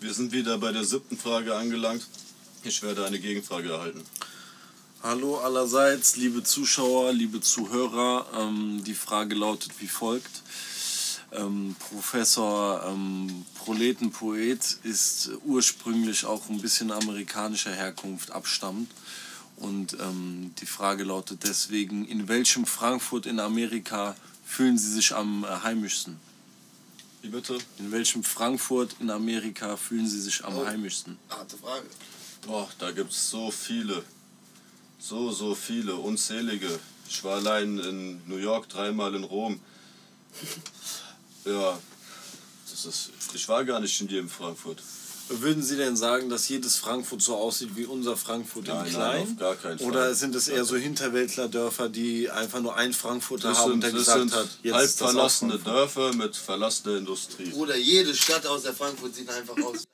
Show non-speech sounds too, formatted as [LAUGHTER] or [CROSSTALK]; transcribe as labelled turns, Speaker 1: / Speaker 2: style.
Speaker 1: Wir sind wieder bei der siebten Frage angelangt. Ich werde eine Gegenfrage erhalten.
Speaker 2: Hallo allerseits, liebe Zuschauer, liebe Zuhörer. Ähm, die Frage lautet wie folgt. Ähm, Professor ähm, Proletenpoet ist ursprünglich auch ein bisschen amerikanischer Herkunft abstammt. Und ähm, die Frage lautet deswegen, in welchem Frankfurt in Amerika fühlen Sie sich am äh, heimischsten?
Speaker 1: Wie bitte?
Speaker 2: In welchem Frankfurt in Amerika fühlen Sie sich am
Speaker 3: Oh.
Speaker 2: heimischsten?
Speaker 3: Harte Frage.
Speaker 1: Boah, da gibt es so viele. So, so viele, unzählige. Ich war allein in New York, dreimal in
Speaker 2: [LAUGHS]
Speaker 1: Rom. Ja, das ist, ich war gar nicht in jedem Frankfurt.
Speaker 2: Würden Sie denn sagen, dass jedes Frankfurt so aussieht wie unser Frankfurt
Speaker 1: Nein, nein,
Speaker 2: in Klein?
Speaker 1: auf gar keinen Fall.
Speaker 2: Oder sind es eher so Hinterwäldlerdörfer, die einfach nur ein Frankfurter
Speaker 1: Das
Speaker 2: haben,
Speaker 1: sind,
Speaker 2: der
Speaker 1: das
Speaker 2: gesagt
Speaker 1: sind
Speaker 2: hat, jetzt
Speaker 1: halb
Speaker 2: ist das auch
Speaker 1: verlassene
Speaker 2: Frankfurt?
Speaker 1: Dörfer mit verlassener Industrie.
Speaker 3: Bruder, jede Stadt außer Frankfurt sieht einfach aus.